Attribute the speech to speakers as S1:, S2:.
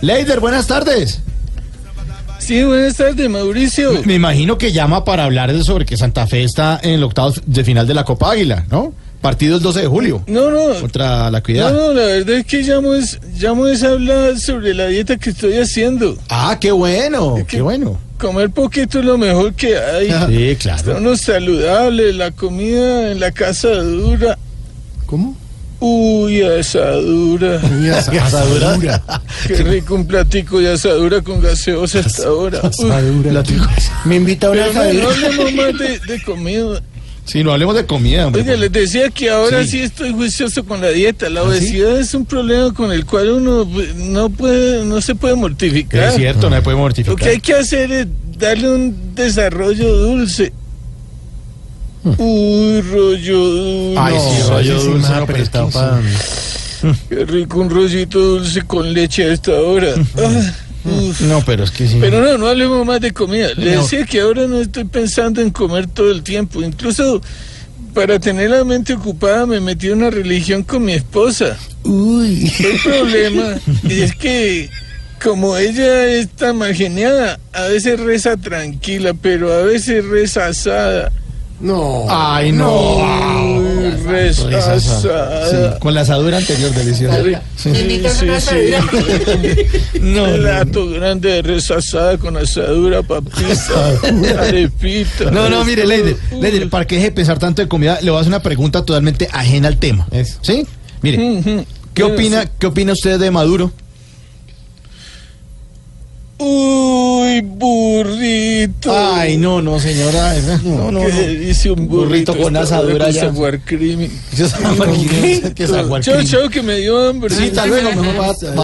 S1: Leider, buenas tardes.
S2: Sí, buenas tardes, Mauricio.
S1: Me imagino que llama para hablar de sobre que Santa Fe está en el octavo de final de la Copa Águila, ¿no? Partido el 12 de julio.
S2: No, no.
S1: Contra la
S2: No,
S1: Equidad.
S2: no, la verdad es que llamo es, llamo es a hablar sobre la dieta que estoy haciendo.
S1: Ah, qué bueno, qué bueno.
S2: Comer poquito es lo mejor que hay.
S1: Ah, Sí,
S2: Está
S1: claro.
S2: uno saludable, la comida en la casa dura.
S1: ¿Cómo?
S2: Uy, asadura.
S1: Asadura.
S2: Qué rico un platico de asadura con gaseosa hasta ahora. Uy,
S1: La trigo-
S3: Me invita a una
S2: pero no, no
S3: asadura.
S2: hablemos más de, de comida.
S1: Sí, no hablemos de comida, hombre. pues,
S2: Oiga, les decía que ahora
S1: Sí.
S2: sí. estoy juicioso con la dieta. La
S1: ¿Ah, sí?
S2: obesidad es un problema con el cual uno pues, no puede, no se puede mortificar.
S1: Es cierto, no me puede
S2: Lo que
S1: mortificar.
S2: hay que hacer es darle un desarrollo dulce. Uy, rollo dulce.
S1: Hmm. Ay, sí,
S3: No,
S1: rollo
S3: sí, sí,
S1: dulce,
S3: más
S1: no, pero es
S3: apretado
S1: que
S3: pa-
S2: Qué rico un rollito dulce con leche a esta hora.
S1: Hmm.
S2: Ah, uf.
S1: No, pero es que sí.
S2: Pero no, no hablemos más de comida. Le
S1: No.
S2: decía que ahora no estoy pensando en comer todo el tiempo. Incluso para tener la mente ocupada me metí en una religión con mi esposa.
S3: Uy.
S2: El problema es que como ella es tan malgeniada, a veces reza tranquila, pero a veces reza asada.
S3: No.
S1: Ay, no.
S2: Uy, reza
S1: Reza asada.
S2: asada.
S1: Sí, con la asadura anterior, deliciosa.
S2: Sí, sí, sí. Plato grande de res asada con asadura, papita, arepita.
S1: No, no, mire, Leider,
S2: Uy.
S1: Leider, para que deje de pensar tanto de comida, le voy a hacer una pregunta totalmente ajena al tema.
S3: Eso.
S1: ¿Sí? Mire,
S2: Ujú.
S1: ¿qué opina, qué opina usted de Maduro?
S2: Uy, burrito.
S1: Ay, no, no, señora. No, no, no.
S2: ¿Qué se dice un
S1: Burrito
S2: burrito?
S1: con
S2: Esta hora
S1: asadura
S2: con
S1: ya.
S2: saguarcrimi.
S1: Yo soy aguarquilino, que es
S2: Chao,
S1: aguarquilino.
S2: chao, que me dio hambre.
S1: Sí, tal vez, mejor va- va-